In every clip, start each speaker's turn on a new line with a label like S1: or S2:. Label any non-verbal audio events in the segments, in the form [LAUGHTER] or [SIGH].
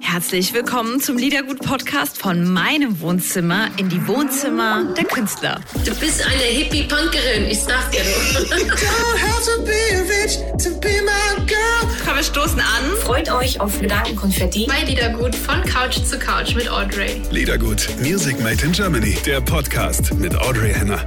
S1: herzlich willkommen zum Liedergut-Podcast von meinem Wohnzimmer in die Wohnzimmer der Künstler.
S2: Du bist eine Hippie-Punkerin, ich sag dir [LAUGHS] doch.
S1: Komm, wir stoßen an.
S2: Freut euch auf Gedankenkonfetti. Bei Liedergut von Couch zu Couch mit Audrey.
S3: Liedergut, Music Made in Germany, der Podcast mit Audrey Henner.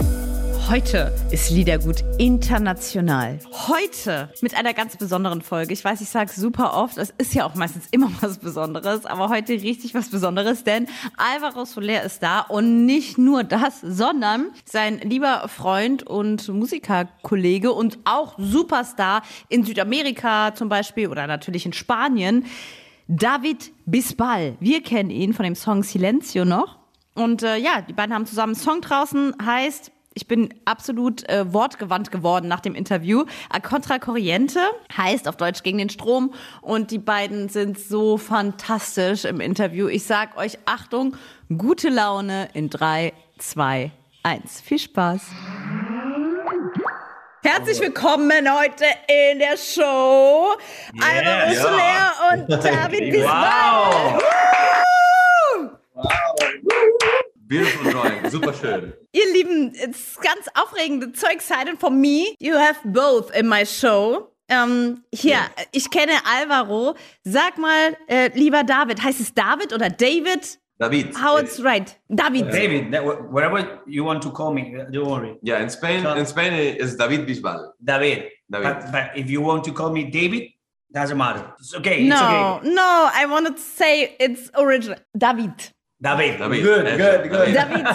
S4: Heute ist Liedergut international. Heute mit einer ganz besonderen Folge. Ich weiß, ich sage es super oft, es ist ja auch meistens immer [LAUGHS] was Besonderes, aber heute richtig was Besonderes, denn Alvaro Soler ist da und nicht nur das, sondern sein lieber Freund und Musikerkollege und auch Superstar in Südamerika zum Beispiel oder natürlich in Spanien, David Bisbal. Wir kennen ihn von dem Song Silencio noch. Und äh, ja, die beiden haben zusammen einen Song draußen, heißt, ich bin absolut äh, wortgewandt geworden nach dem Interview. A Contra Corriente heißt auf Deutsch gegen den Strom. Und die beiden sind so fantastisch im Interview. Ich sag euch, Achtung, gute Laune in 3, 2, 1. Viel Spaß. Herzlich willkommen heute in der Show. Alvaro
S5: Ja.
S4: Soler und
S5: [LAUGHS]
S4: David Bisbal.
S5: Wow! Beautiful drawing, super schön.
S4: Ihr Lieben, das ganz aufregende Zeug sei denn von me. You have both in my show. Ähm, hier, ich kenne Alvaro. Sag mal, äh, lieber David, heißt es David oder David?
S5: David.
S4: How it's right. David.
S6: David, that, wh- whatever you want to call me, uh, don't worry.
S5: Yeah, in Spain, in Spain is David Bisbal.
S6: David.
S5: David.
S6: But, but if you want to call me David, doesn't matter. It's okay. It's
S4: No,
S6: okay.
S4: no, I wanted to say it's original. David.
S6: David.
S5: David.
S6: Good,
S5: That's
S6: good,
S5: it, [LAUGHS]
S6: good.
S4: David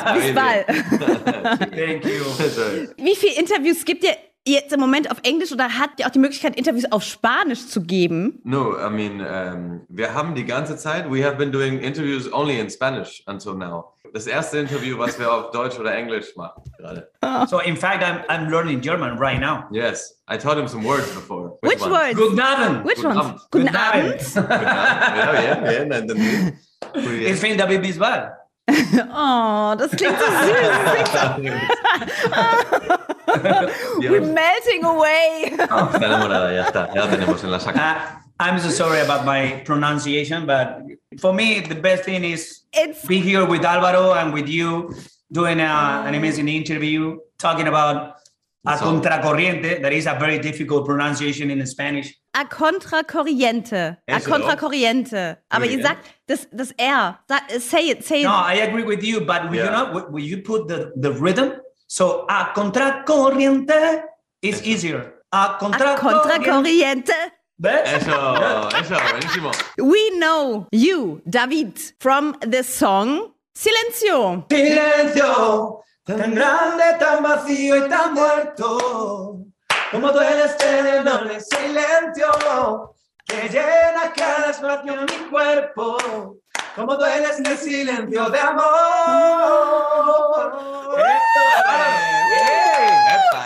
S4: Bisbal.
S6: Thank you.
S5: Sorry.
S4: Wie viele Interviews gibt ihr jetzt im Moment auf Englisch oder habt ihr auch die Möglichkeit, Interviews auf Spanisch zu geben?
S5: No, I mean, ähm, wir haben die ganze Zeit, we have been doing interviews only in Spanish until now. Das erste Interview, was wir auf Deutsch oder Englisch machen gerade.
S6: So, in fact, I'm, I'm learning German right now.
S5: Yes, I taught him some words before.
S4: Which
S5: one?
S4: words?
S6: Good Abend.
S4: Which
S5: Guten
S4: ones?
S5: Abend.
S4: Guten
S6: Guten Abend.
S4: Abend.
S5: Yeah, yeah, yeah. and then-
S6: It's been David Bisbal.
S4: Oh, das klingt so süß. Das klingt so
S5: [LAUGHS]
S4: We're
S5: Ja,
S4: melting
S6: [LAUGHS]
S4: away.
S5: Está enamorada, ya está. Ya la tenemos en la saca.
S6: Uh, I'm so sorry about my pronunciation, but for me, the best thing is
S4: It's
S6: be here with Alvaro and with you doing uh, an amazing interview talking about a
S5: So-
S6: contracorriente that is a very difficult pronunciation in Spanish.
S4: a contra corriente. A
S5: Eso.
S4: contra corriente. Aber ihr
S5: Corriente.
S4: sagt das, das R. Sa- Say it, say it.
S6: No, I agree with you, but you
S5: Yeah.
S6: know, w- when you put the, the rhythm, so a contracorriente is easier. A
S4: a contra
S6: contracorriente.
S4: corriente.
S5: Eso, eso, buenísimo.
S4: We know you, David, from the song Silencio.
S6: Silencio, tan grande, tan vacío y tan muerto. Como duele este doble silencio que llena cada espacio en mi cuerpo. Como duele este silencio de amor.
S5: Epa,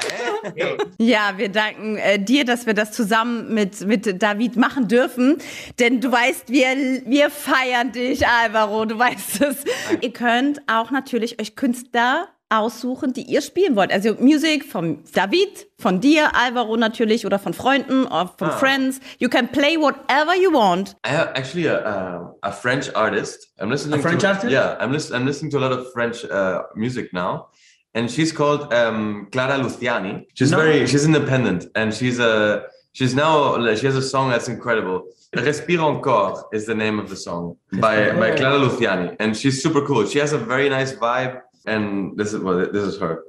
S5: eh.
S4: Ja, wir danken äh, dir, dass wir das zusammen mit, mit David machen dürfen. Denn du weißt, wir, wir feiern dich, Alvaro, du weißt es. Ihr könnt auch natürlich euch Künstler aussuchen, die ihr spielen wollt. Also Music von David, von dir, Alvaro natürlich, oder von Freunden, oder von Friends. You can play whatever you want.
S5: I have actually a, uh, a French artist. I'm listening.
S6: French
S5: to,
S6: artist?
S5: Yeah, I'm listening. I'm listening to a lot of French uh, music now, and she's called um, Clara Luciani. She's
S6: No.
S5: very. She's independent, and she's a. She's now. like, She has a song that's incredible. Respire encore is the name of the song by by Clara Luciani, and she's super cool. She has a very nice vibe, and this is well, this is her.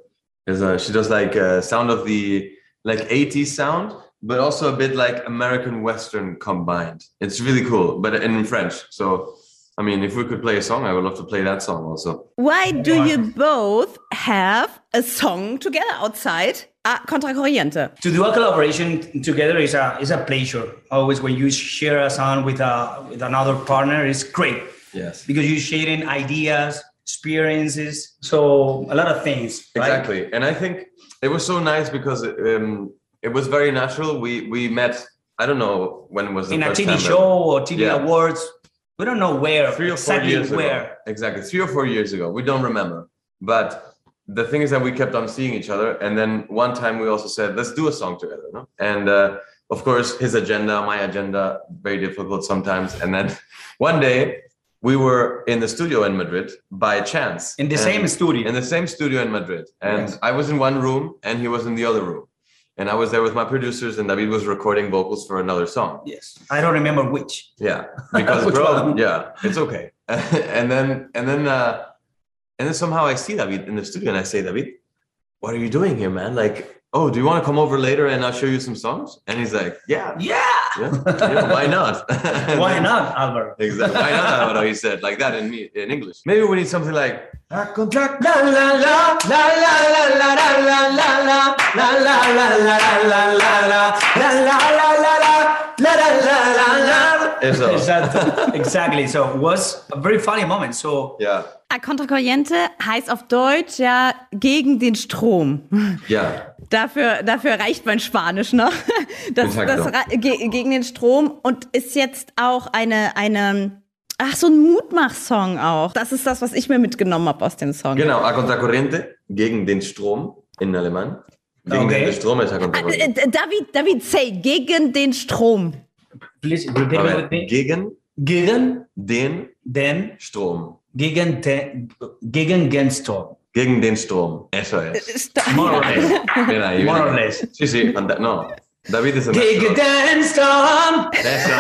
S5: Is uh, she does like uh, sound of the like 80s sound, but also a bit like American Western combined. It's really cool, but in French. So, I mean, if we could play a song, I would love to play that song also.
S4: Why do you both have a song together outside? Ah, Contra Corriente.
S6: To do a collaboration together is a is a pleasure. Always when you share a song with a with another partner, it's great.
S5: Yes.
S6: because you're sharing ideas, experiences, so a lot of things. right?
S5: Exactly. And I think it was so nice because um, it was very natural. We we met. I don't know when was the
S6: In a
S5: first
S6: TV
S5: time, but-
S6: show or TV
S5: Yeah.
S6: awards, we don't know where
S5: three or four
S6: exactly
S5: years
S6: where.
S5: ago. Exactly, three or four years ago. We don't remember. But the thing is that we kept on seeing each other, and then one time we also said, "Let's do a song together," no? and uh, of course, his agenda, my agenda, very difficult sometimes. And then [LAUGHS] one day we were in the studio in Madrid by chance.
S6: In the
S5: And-
S6: same studio.
S5: In the same studio in Madrid. And
S6: Yes.
S5: I was in one room and he was in the other room. And I was there with my producers and David was recording vocals for another song.
S6: Yes. I don't remember which.
S5: Yeah, because
S6: Which
S5: bro,
S6: one?
S5: yeah, it's okay. and then and then uh and then somehow I see David in the studio and I say, David, what are you doing here, man? Like, oh, do you want to come over later and I'll show you some songs? And he's like, Yeah,
S6: Yeah.
S5: yeah, yeah why not?
S6: Why not, Albert?
S5: Exactly. Why not? Álvaro? He said like that in me- in English. Maybe we need something like
S6: La contract- la la la la la la la la la la la la la la la la la la la la la la la la la la la.
S5: Eso.
S6: Exacto. Exactly. So it was a very funny moment. So
S5: yeah,
S4: A Contracorriente heißt auf Deutsch ja gegen den Strom.
S5: yeah,
S4: Dafür, dafür reicht mein Spanisch, ne? Das,
S5: Exacto.
S4: das rei- ge, gegen den Strom und ist jetzt auch eine, eine ach, so ein Mutmach-Song auch. Das ist das, was ich mir mitgenommen habe aus dem Song.
S5: genau. A contracorriente gegen den Strom in alemán. Gegen
S6: Okay.
S5: den Strom ist a
S4: Ah,
S5: contracorriente.
S4: äh, äh, David, David, say, gegen den Strom.
S6: please
S4: äh,
S6: repeat
S5: A
S6: it
S5: ver,
S6: with me.
S5: gegen
S6: Gegen
S5: den
S6: den
S5: Strom.
S6: gegen te, gegen Genstorm.
S5: Gegen den Strom. Eso
S4: Äh,
S5: es.
S6: More or
S4: [LAUGHS]
S6: less.
S5: Bien ahí, bien
S6: More or
S5: ahí.
S6: less.
S5: Genau, Sí, sí. anda- no. David es el
S6: Gegen
S5: maestro.
S6: den Storm.
S5: Eso.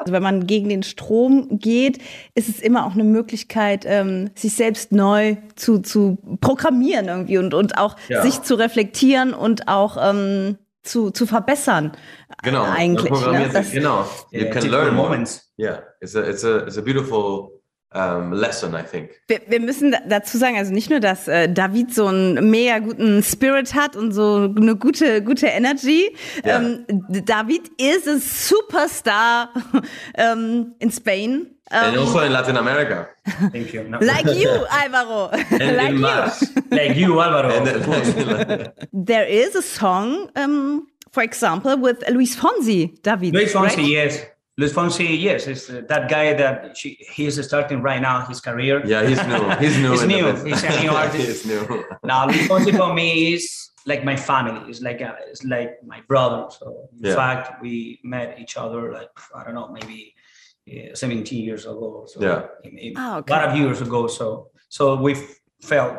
S4: Also wenn man gegen den Strom geht, ist es immer auch eine Möglichkeit, ähm, sich selbst neu zu, zu programmieren irgendwie und, und auch
S5: Ja.
S4: sich zu reflektieren und auch ähm, zu, zu verbessern. [LAUGHS]
S5: Genau. man
S4: Eigentlich, ne?
S5: programmiert
S4: Das-
S5: sich, Genau. You
S6: Yeah,
S5: can
S6: difficult
S5: learn more.
S6: moments.
S5: Yeah. It's a, it's a, it's a beautiful um, lesson, I think.
S4: Wir, wir müssen da- dazu sagen, also nicht nur, dass äh, David so einen mega guten Spirit hat und so eine gute, gute Energy.
S5: Ja.
S4: Ähm, D- David ist ein Superstar [LAUGHS] ähm, in Spain. Ähm,
S5: and also in
S4: [LAUGHS]
S5: Latin America.
S6: Thank you. No.
S4: Like you, Alvaro.
S5: And
S4: [LAUGHS] like
S5: in
S4: you.
S5: Mars.
S6: like you, Alvaro.
S5: [LAUGHS] And then-
S4: There is a song, um, for example, with Luis Fonsi, David.
S6: Luis Fonsi,
S4: right?
S6: yes. Luis Fonsi, yes, is uh, that guy that she, he's starting right now his career.
S5: yeah, he's new. He's new.
S6: He's
S5: in the
S6: new.
S5: business. [LAUGHS]
S6: He's a new artist.
S5: he's new.
S6: Now, Luis Fonsi for me is like my family. It's like a, it's like my brother. So in
S5: Yeah.
S6: fact, we met each other like I don't know, maybe uh, 17 years ago. So
S5: Yeah.
S6: in- in-
S4: Ah, okay.
S6: a lot of years ago. So so we felt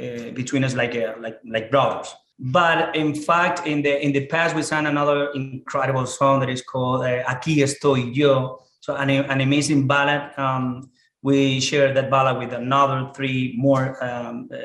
S6: uh, between us like a, like like brothers. But in fact, in the in the past, we sang another incredible song that is called uh, "Aquí Estoy Yo." So an, an amazing ballad. Um, we shared that ballad with another three more um, uh,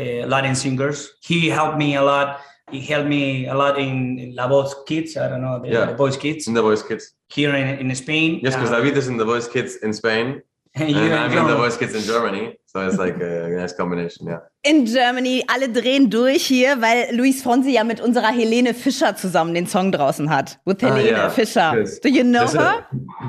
S6: uh, Latin singers. He helped me a lot. He helped me a lot in, in La Voz Kids. I don't know the,
S5: Yeah.
S6: the Voice Kids
S5: In the Voice Kids.
S6: here in, in Spain.
S5: Yes, because
S6: Uh,
S5: David is in the Voice Kids in Spain,
S6: and
S5: and
S6: [LAUGHS] you in
S5: I'm in the
S6: Germany.
S5: Voice Kids in Germany. So it's like a [LAUGHS] nice combination. Yeah.
S4: In Germany, alle drehen durch hier, weil Luis Fonsi ja mit unserer Helene Fischer zusammen den Song draußen hat. With
S5: Ah,
S4: Helene
S5: ja.
S4: Fischer.
S5: Yes.
S4: Do you know
S5: Yes,
S4: her,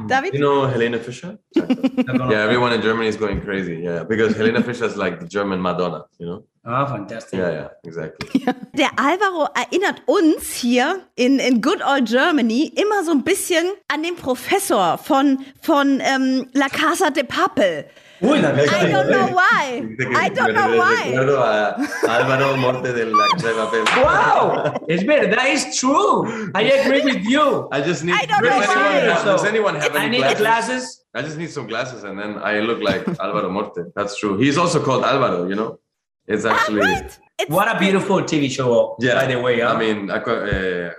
S4: David?
S5: You know Helena Fischer? yeah, everyone in Germany is going crazy. Yeah, because Helena Fischer is like the German Madonna. You know?
S6: [LAUGHS] Oh, fantastic.
S5: Yeah, yeah,
S6: [LAUGHS]
S5: exactly.
S4: Der Alvaro erinnert uns hier in, in Good Old Germany immer so ein bisschen an den Professor von, von ähm, La Casa de Papel.
S6: Uy, la
S4: I don't know why. I don't know
S5: [LAUGHS]
S4: why.
S5: Recuerdo a Álvaro Morte de la Casa de Papel.
S6: Wow, it's better. That is true. I agree with you.
S5: I just need.
S4: I don't know
S5: does, anyone
S4: why.
S5: have, does anyone have
S6: I
S5: any
S6: need
S5: glasses?
S6: glasses.
S5: I just need some glasses, and then I
S4: [LAUGHS]
S5: look like Álvaro Morte. That's true. He's also called Álvaro. You know, it's actually.
S4: It's
S6: What a beautiful TV show.
S5: Yeah.
S6: By the way, uh,
S5: I
S6: huh?
S5: mean, a, co- eh,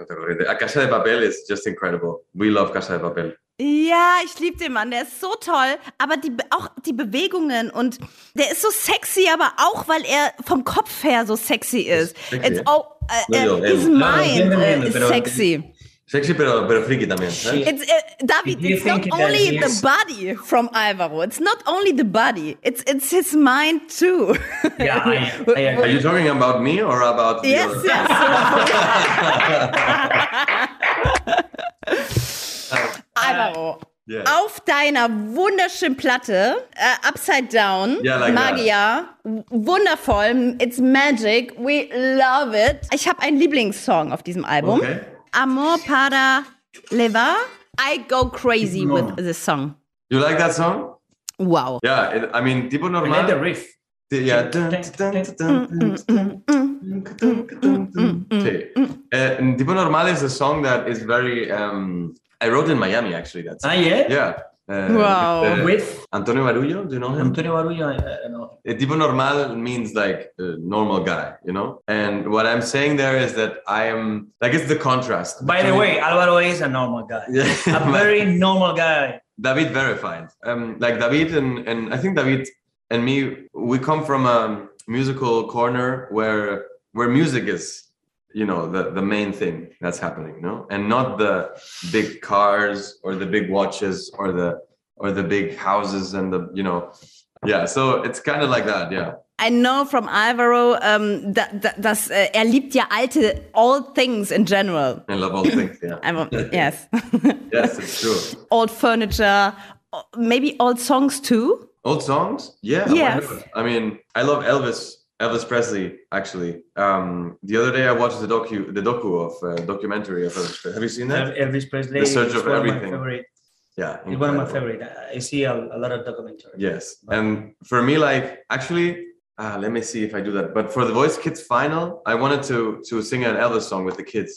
S5: a Casa de Papel is just incredible. We love Casa de Papel.
S4: Ja, ich liebe den Mann, der ist so toll, aber die, Be- auch die Bewegungen und der ist so sexy, aber auch, weil er vom Kopf her so sexy ist.
S5: Sexy,
S4: It's
S5: ja.
S4: all, äh,
S5: Ja,
S4: äh,
S5: ja,
S4: his
S5: ja.
S4: mind
S6: Ja, ja, genau. ja,
S4: äh, is
S6: pero-
S4: sexy.
S5: Sexy, pero, pero friki también. ¿eh? ¿sabes?
S4: It's, äh, David,
S6: Do you
S4: it's not
S6: think that
S4: only
S6: he
S4: the
S6: is-
S4: body from Alvaro. It's not only the body. It's, it's his mind too.
S6: Yeah,
S4: [LAUGHS]
S6: I, I
S5: Are
S6: agree.
S5: you talking about me or about? the
S4: yes,
S5: other?
S4: yes.
S6: [LAUGHS]
S4: Alvaro.
S6: Uh,
S5: Yeah.
S4: auf deiner wunderschönen Platte, äh, Upside Down,
S5: Ja, like
S4: Magia, w- wundervoll, it's magic, we love it. Ich habe einen Lieblingssong auf diesem Album.
S5: Okay.
S4: Amor para levar, I go crazy with this song.
S5: You like that song?
S4: Wow.
S5: Yeah, it, I mean, tipo
S6: I like the
S5: normal.
S6: riff.
S4: Mm,
S5: Yeah. Dun, dun, dun, dun, dun, dun, dun, dun, dun. Sí. Uh, tipo normal is a song that is very. Um, I wrote in Miami actually. That's
S6: Ah, yeah?
S5: yeah. Uh,
S4: Wow.
S5: with, uh,
S6: With
S5: Antonio Barullo, do you know him?
S6: Antonio Barullo, I, I don't know.
S5: Eh, Tipo normal means like a normal guy, you know. And what I'm saying there is that I am like it's the contrast.
S6: By the
S5: between-
S6: way, Alvaro is a normal guy.
S5: [LAUGHS] Yeah.
S6: A very normal guy.
S5: [LAUGHS] David verified. Um, like David and and I think David and me, we come from a musical corner where where music is, you know, the the main thing that's happening, you know, and not the big cars or the big watches or the or the big houses and the you know, yeah. So it's kind of like that, yeah.
S4: I know from Alvaro, ähm, da, da, dass äh, er liebt ja alte all things in general.
S5: I love all things, yeah. [LAUGHS]
S4: Einfach, yes. [LAUGHS]
S5: Yes, it's true.
S4: old furniture, maybe old songs too.
S5: Old songs? Yeah. why
S4: Yes.
S5: not? I mean, I love Elvis. Elvis Presley, actually. Um, the other day I watched the docu, the docu of uh, documentary of Elvis. Presley. Have you seen that?
S6: Elvis Presley
S5: The search
S6: is
S5: of
S6: one
S5: everything.
S6: of my favorite.
S5: Yeah,
S6: He's one of my
S5: incredible.
S6: favorite. I- I see a, a lot of documentaries.
S5: Yes, and for me, like actually, uh, let me see if I do that. But for the Voice Kids final, I wanted to to sing an Elvis song with the kids,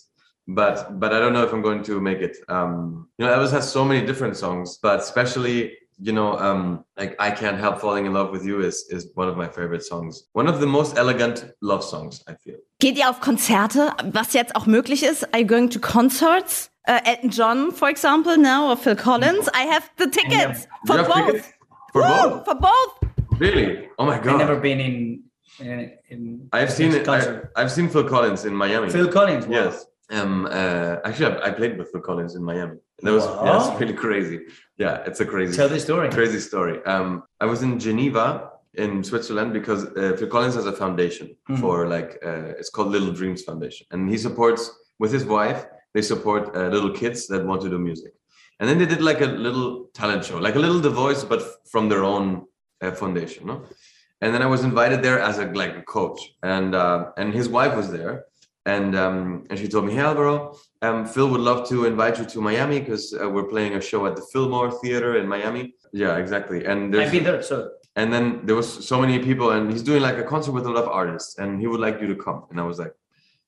S5: but but I don't know if I'm going to make it. Um, you know, Elvis has so many different songs, but especially you know, um, like I can't help falling in love with you is is one of my favorite songs. One of the most elegant love songs, I feel.
S4: Geht ihr auf Konzerte, was jetzt auch möglich ist? Are you going to concerts? Uh, Elton John, for example, now, or Phil Collins? I have the tickets
S5: You
S4: for
S5: have
S4: both.
S5: tickets? For
S4: Woo,
S5: both,
S4: For both.
S5: really? Oh my
S6: I've
S5: god!
S6: never been in. in, in
S5: I've seen
S6: his
S5: it. I,
S6: concert.
S5: I've seen Phil Collins in Miami.
S6: Phil Collins. wow.
S5: Yes. Um, uh, actually, I, I played with Phil Collins in Miami. That was yeah,
S6: Wow.
S5: it's pretty crazy. Yeah, it's a crazy,
S6: Tell the story.
S5: crazy story. Um, I was in Geneva in Switzerland because uh, Phil Collins has a foundation
S6: Mhm.
S5: for like uh, it's called Little Dreams Foundation, and he supports with his wife. They support uh, little kids that want to do music, and then they did like a little talent show, like a little The Voice, but f- from their own uh, foundation. No? And then I was invited there as a like a coach, and uh, and his wife was there, and um, and she told me, "Hey Alvaro, um, Phil would love to invite you to Miami because uh, we're playing a show at the Fillmore Theater in Miami." Yeah, exactly. And there's
S6: I've been there. So
S5: and then there was so many people, and he's doing like a concert with a lot of artists, and he would like you to come. And I was like,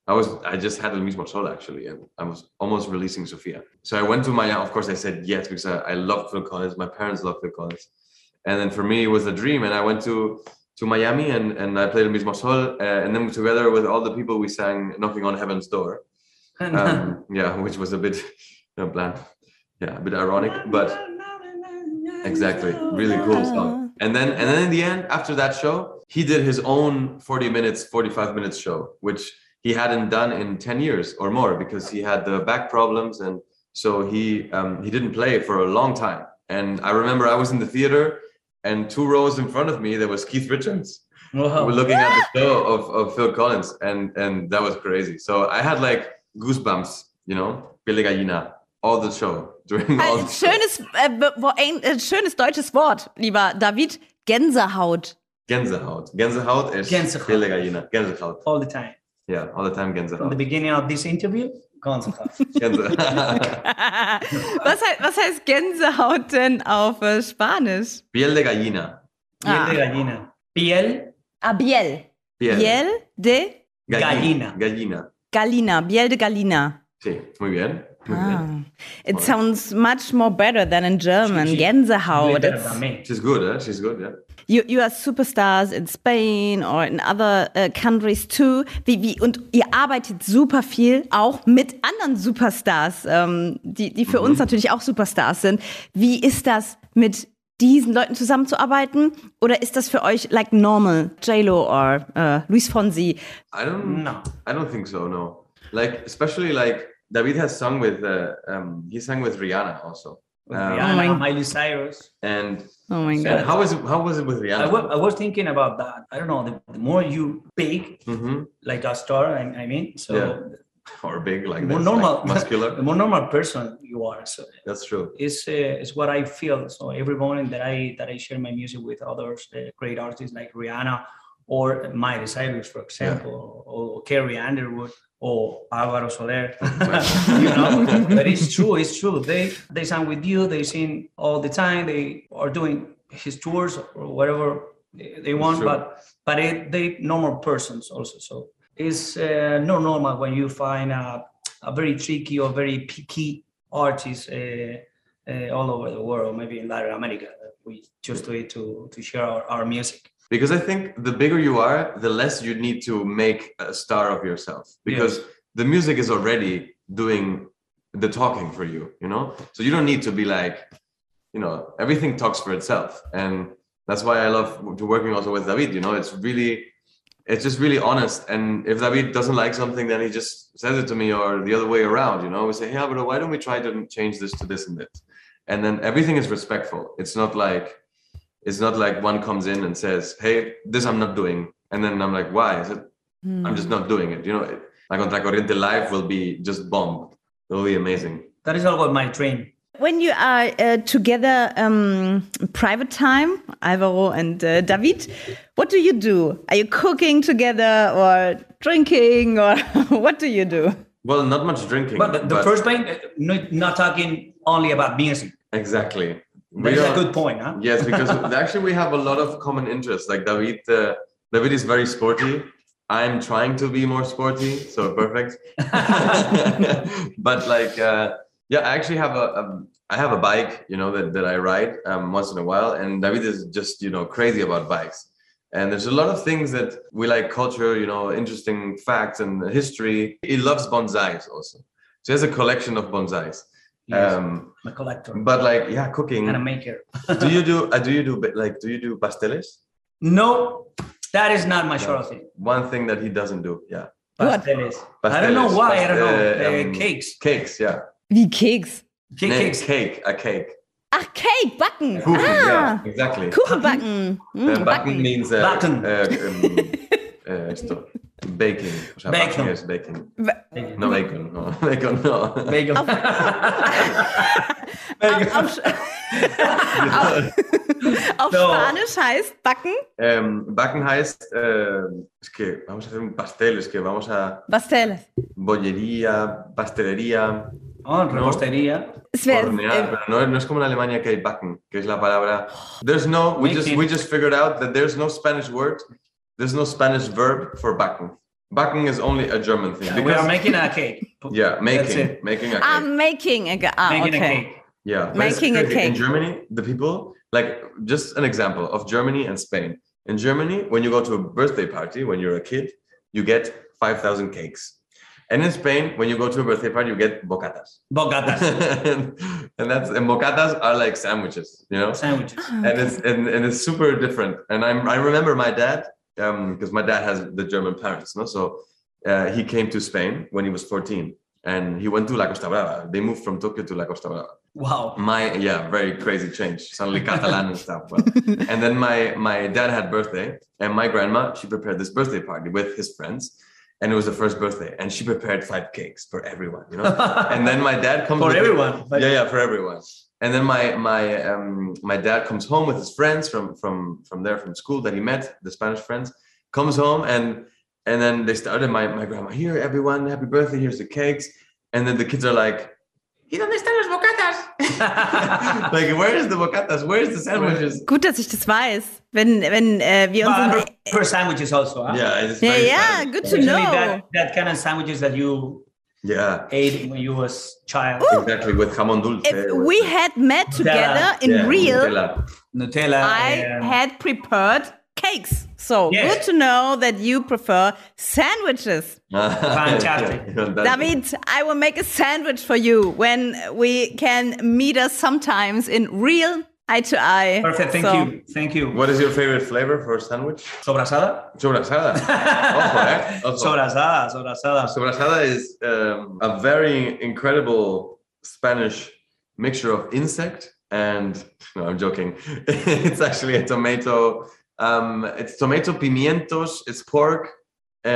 S5: I was I just had El Mismo Sol actually, and I was almost releasing Sofia. So I went to Miami. Of course, I said yes because I, I loved Phil Collins. My parents loved Phil Collins, and then for me it was a dream. And I went to to Miami and and I played El Mismo Sol, uh, and then together with all the people we sang "Knocking on Heaven's Door." um, yeah, which was a bit, no plan, yeah, a bit ironic, but exactly, really cool song. And then, and then in the end, after that show, he did his own forty minutes, forty-five minutes show, which he hadn't done in ten years or more because he had the back problems, and so he um, he didn't play for a long time. And I remember I was in the theater, and two rows in front of me there was Keith Richards
S6: [LAUGHS] Wow.
S5: we're looking at the show of, of Phil Collins, and and that was crazy. So I had like goosebumps, you know, Billy Gallina, all the show [LAUGHS] during all
S4: Ein
S5: the show.
S4: schönes, äh, be- wo- ein, äh, schönes deutsches Wort, lieber David. Gänsehaut. [LAUGHS]
S5: Gänsehaut. Gänsehaut is
S6: Gänsehaut.
S5: Billy Gallina. Gänsehaut.
S6: all the time.
S5: Yeah, all the time
S6: From [LAUGHS] the
S5: Gänsehaut.
S6: beginning of this interview,
S5: [LAUGHS]
S6: Gonzalo.
S5: Gänse-
S4: was, heißt, was heißt Gänsehaut denn auf äh, Spanisch?
S5: [LAUGHS] Piel de gallina.
S6: Piel
S4: Ah.
S6: de gallina. Piel
S4: Ah, Biel.
S5: Piel.
S4: Biel de
S5: Gallina. Gallina.
S4: Galina. Biel de Galina.
S5: Sí, muy bien. Muy bien.
S4: Ah. It sounds much more better than in German. Gänsehaut.
S6: better
S4: It's-
S6: than me.
S5: She's good, eh? She's good, yeah.
S4: You, you are superstars in Spain or in other äh, countries too. Wie, wie, und ihr arbeitet super viel auch mit anderen Superstars, ähm, die, die für uns natürlich auch Superstars sind. Wie ist das mit diesen Leuten zusammenzuarbeiten? Oder ist das für euch like normal? J-Lo or äh, Luis Fonsi?
S5: I don't
S6: No.
S5: I don't think so. No, like especially like David has sung with uh, um, he sang with Rihanna also. Um,
S6: Rihanna,
S4: my-
S6: Miley Cyrus.
S5: and
S4: Oh mein
S5: And
S4: Gott.
S5: how was it? How was it with
S6: I
S5: Rihanna?
S6: wa- I was thinking about that. I don't know. The, the more you big,
S5: hmm
S6: like a star, I, I mean, so
S5: Yeah. Or big like this,
S6: the more
S5: like
S6: normal, the
S5: muscular.
S6: [LAUGHS] more normal person you are. So
S5: That's true.
S6: it's uh, it's what I feel. So every morning that I that I share my music with others, uh, great artists like Rihanna or Miley Cyrus, for example, or Carrie Underwood or Alvaro Soler. [LAUGHS] you know, but it's true. It's true. They they sing with you. They sing all the time. They are doing his tours or whatever they they want.
S5: true.
S6: But but it, they normal persons also. So is uh, not normal when you find a, a very tricky or very picky artist uh, uh, all over the world, maybe in Latin America. We just do it to, to share our, our music.
S5: because I think the bigger you are, the less you need to make a star of yourself because the music is already doing the talking for you, you know? So you don't need to be like, you know, everything talks for itself. And that's why I love to working also with David, you know, it's really, it's just really honest. And if David doesn't like something, then he just says it to me or the other way around, you know, we say, hey, Alberto, why don't we try to change this to this and this? And then everything is respectful. It's not like, it's not like one comes in and says, "Hey, this I'm not doing," and then I'm like, "Why?" Is it? I'm just not doing it. You know, it, like on Corriente Live will be just bomb. It will be amazing.
S6: That is always my dream.
S4: When you are uh, together um, private time, Alvaro and uh, David, what do you do? Are you cooking together or drinking or [LAUGHS] what do you do?
S5: Well, not much drinking.
S6: But the, the first thing, uh, not, not talking only about music.
S5: exactly. We
S6: That's a
S5: are-
S6: good point, huh?
S5: Yes, because [LAUGHS] actually we have a lot of common interests. Like David, uh, David is very sporty. I'm trying to be more sporty, so perfect. [LAUGHS] but like, uh, yeah, I actually have a, a I have a bike, you know, that, that I ride um, once in a while, and David is just you know crazy about bikes. And there's a lot of things that we like culture, you know, interesting facts and history. He loves bonsais also. So he has a collection of bonsais.
S6: Yes,
S5: Um,
S6: I'm a collector
S5: but like, yeah, cooking
S6: and a maker.
S5: do you do uh, do you do ba- like do you do pasteles
S6: No, that is not my sure thing.
S5: one thing that he doesn't do yeah
S6: Pasteles. I don't know
S5: Pasteles,
S6: why. I don't know.
S5: pastel,
S6: Uh,
S5: um,
S6: cakes.
S5: cakes yeah
S4: Wie Keks.
S6: Cake,
S5: Name-
S6: cakes.
S5: cake a cake
S4: Ach, Cake, backen.
S5: Kuchen,
S4: ah,
S5: yeah exactly
S4: Kuchen backen. Mm,
S5: Uh, backen means uh,
S6: Äh, Backen.
S5: uh,
S4: [LAUGHS]
S5: um, uh, esto, baking O sea,
S6: Bacon.
S5: baking is baking
S6: Bacon.
S5: no bacon no [LAUGHS] bacon no
S6: Bagel.
S4: Oh. Auf, auf,
S6: [LAUGHS]
S4: [LAUGHS] auf, auf
S6: So.
S4: Spanisch heißt backen
S5: Em, backen heißt ähm, es que vamos a hacer un pastel es que vamos a
S4: Pasteles.
S5: bollería pastelería
S6: [LAUGHS] Oh, repostería.
S4: Es wär,
S5: Hornear,
S4: äh,
S5: pero no, no es como en Alemania que hay backen, que es la palabra. There's no, we just,
S6: Baking.
S5: we just figured out that there's no Spanish word, there's no Spanish verb for backen. Backen is only a German thing.
S6: we
S5: because-
S6: are making a cake.
S5: [LAUGHS] yeah,
S6: That's
S5: making,
S6: it.
S5: making a cake.
S4: I'm making a, ah,
S6: Making a
S4: okay.
S6: cake.
S5: yeah, but it's
S4: Um, making a
S5: crazy.
S4: cake.
S5: In Germany, the people, like, just an example of Germany and Spain. In Germany, when you go to a birthday party, when you're a kid, you get 5,000 cakes. And in Spain, when you go to a birthday party, you get bocatas. [LAUGHS]
S6: Bocatas.
S5: and, that's and bocatas are like sandwiches, you know?
S6: Sandwiches.
S5: and it's and, and it's super different. And I'm I remember my dad because my dad has the German parents, no. So uh, he came to Spain when he was 14, and he went to La Costa Brava. They moved from Tokyo to La Costa Brava. [LAUGHS]
S6: Wow. [LAUGHS]
S5: My yeah, very crazy change. Suddenly Catalan and stuff. Well, and then my my dad had birthday, and my grandma she prepared this birthday party with his friends. And it was the first birthday, and she prepared five cakes for everyone, you know.
S6: [LAUGHS]
S5: and then my dad comes
S6: For
S5: with-
S6: everyone. but-
S5: yeah, yeah, for everyone. And then my my um, my dad comes home with his friends from from from there from school that he met the Spanish friends. Comes home and and then they started my my grandma here everyone happy birthday here's the cakes and then the kids are like
S7: ¿Y dónde están los bocatas?
S5: [LAUGHS] like where is the bocatas where is the sandwiches
S4: Gut, dass ich das weiß. Wenn, wenn äh, wir
S6: But I
S4: uns.
S6: prefer sandwiches also. huh?
S5: yeah it's
S4: Ja,
S5: very
S4: ja,
S5: Spanish.
S4: good to
S6: Usually
S4: know.
S6: that, that kind of sandwiches that you
S5: yeah
S6: ate when you was child.
S5: exactly with jamon dulce
S4: If we had met together in
S5: Yeah,
S4: real,
S5: Nutella.
S6: Nutella.
S4: I
S6: and-
S4: had prepared cakes. So
S6: Yes.
S4: good to know that you prefer sandwiches.
S6: Fantastic.
S5: [LAUGHS] Yeah, that's-
S4: David, I will make a sandwich for you when we can meet us sometimes in real eye to eye.
S6: Perfect. Thank
S4: So,
S6: you. Thank you.
S5: what is your favorite flavor for sandwich
S6: Sobrasada?
S5: sobrasada ojo eh ojo.
S6: [LAUGHS] Sobrasada, sobrasada.
S5: Sobrasada is um, a very incredible Spanish mixture of insect and no, I'm joking. [LAUGHS] it's actually a tomato. Um, it's tomato pimientos. It's pork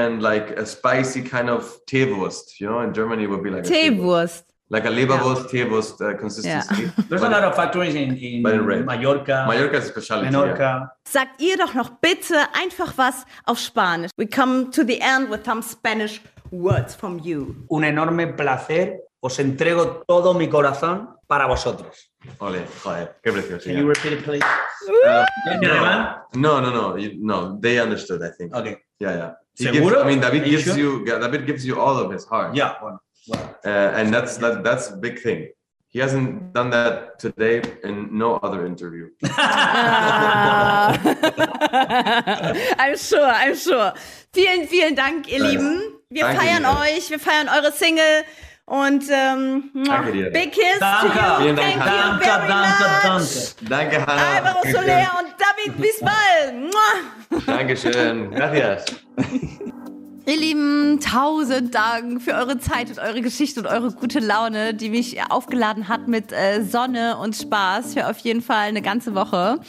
S5: and like a spicy kind of teewurst. You know, in Germany it would be like a
S4: Teewurst.
S5: like a leberwurst, teewurst uh, consistency.
S6: [LAUGHS] There's a
S5: But
S6: lot of factories in, in
S5: But in red.
S6: Mallorca,
S5: Mallorca is a specialty. yeah.
S6: Menorca.
S4: Sagt ihr doch noch bitte einfach was auf Spanisch. We come to the end with some Spanish words from you.
S6: Un enorme placer os entrego todo mi corazón para vosotros.
S5: Ole, joder, qué precioso.
S6: Can you repeat it, please?
S5: Uh, no, no, no, no, you- no. They understood, I think.
S6: Okay.
S5: Yeah, yeah. He gives-
S6: Seguro?
S5: I mean, David
S6: Are you
S5: gives
S6: sure?
S5: you David gives you all of his heart.
S6: Yeah. Bueno, bueno.
S5: Uh, and that's that, that's a big thing. He hasn't done that today in no other interview.
S4: [LAUGHS] Ah. I'm sure, I'm sure. Also, Vielen, vielen Dank, ihr
S5: Danke.
S4: Lieben. Wir
S5: Danke,
S4: feiern
S5: Liebe.
S4: euch, wir feiern eure Single und ähm,
S5: Danke dir.
S4: Big Kiss
S6: Danke.
S4: to you.
S5: Vielen Dank,
S4: Thank
S5: Hannah.
S4: you very
S6: danke,
S4: much.
S6: danke.
S5: Danke, Hannah.
S4: Alvaro Soler und David, bis bald. Mua.
S5: Dankeschön. Gracias.
S4: Ihr Lieben, tausend Dank für eure Zeit und eure Geschichte und eure gute Laune, die mich aufgeladen hat mit äh, Sonne und Spaß für auf jeden Fall eine ganze Woche.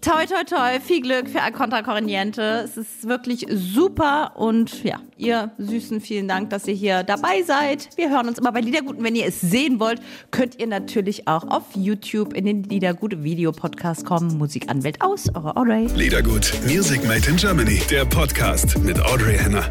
S4: Toi, toi, toi, viel Glück für Alcontra Corriente. Es ist wirklich super und ja, ihr Süßen, vielen Dank, dass ihr hier dabei seid. Wir hören uns immer bei Liedergut und wenn ihr es sehen wollt, könnt ihr natürlich auch auf YouTube in den Liedergut Video Podcast kommen. Musik anwählt aus, eure Audrey.
S3: Liedergut. Music Made in Germany. Der Podcast mit Audrey Henner.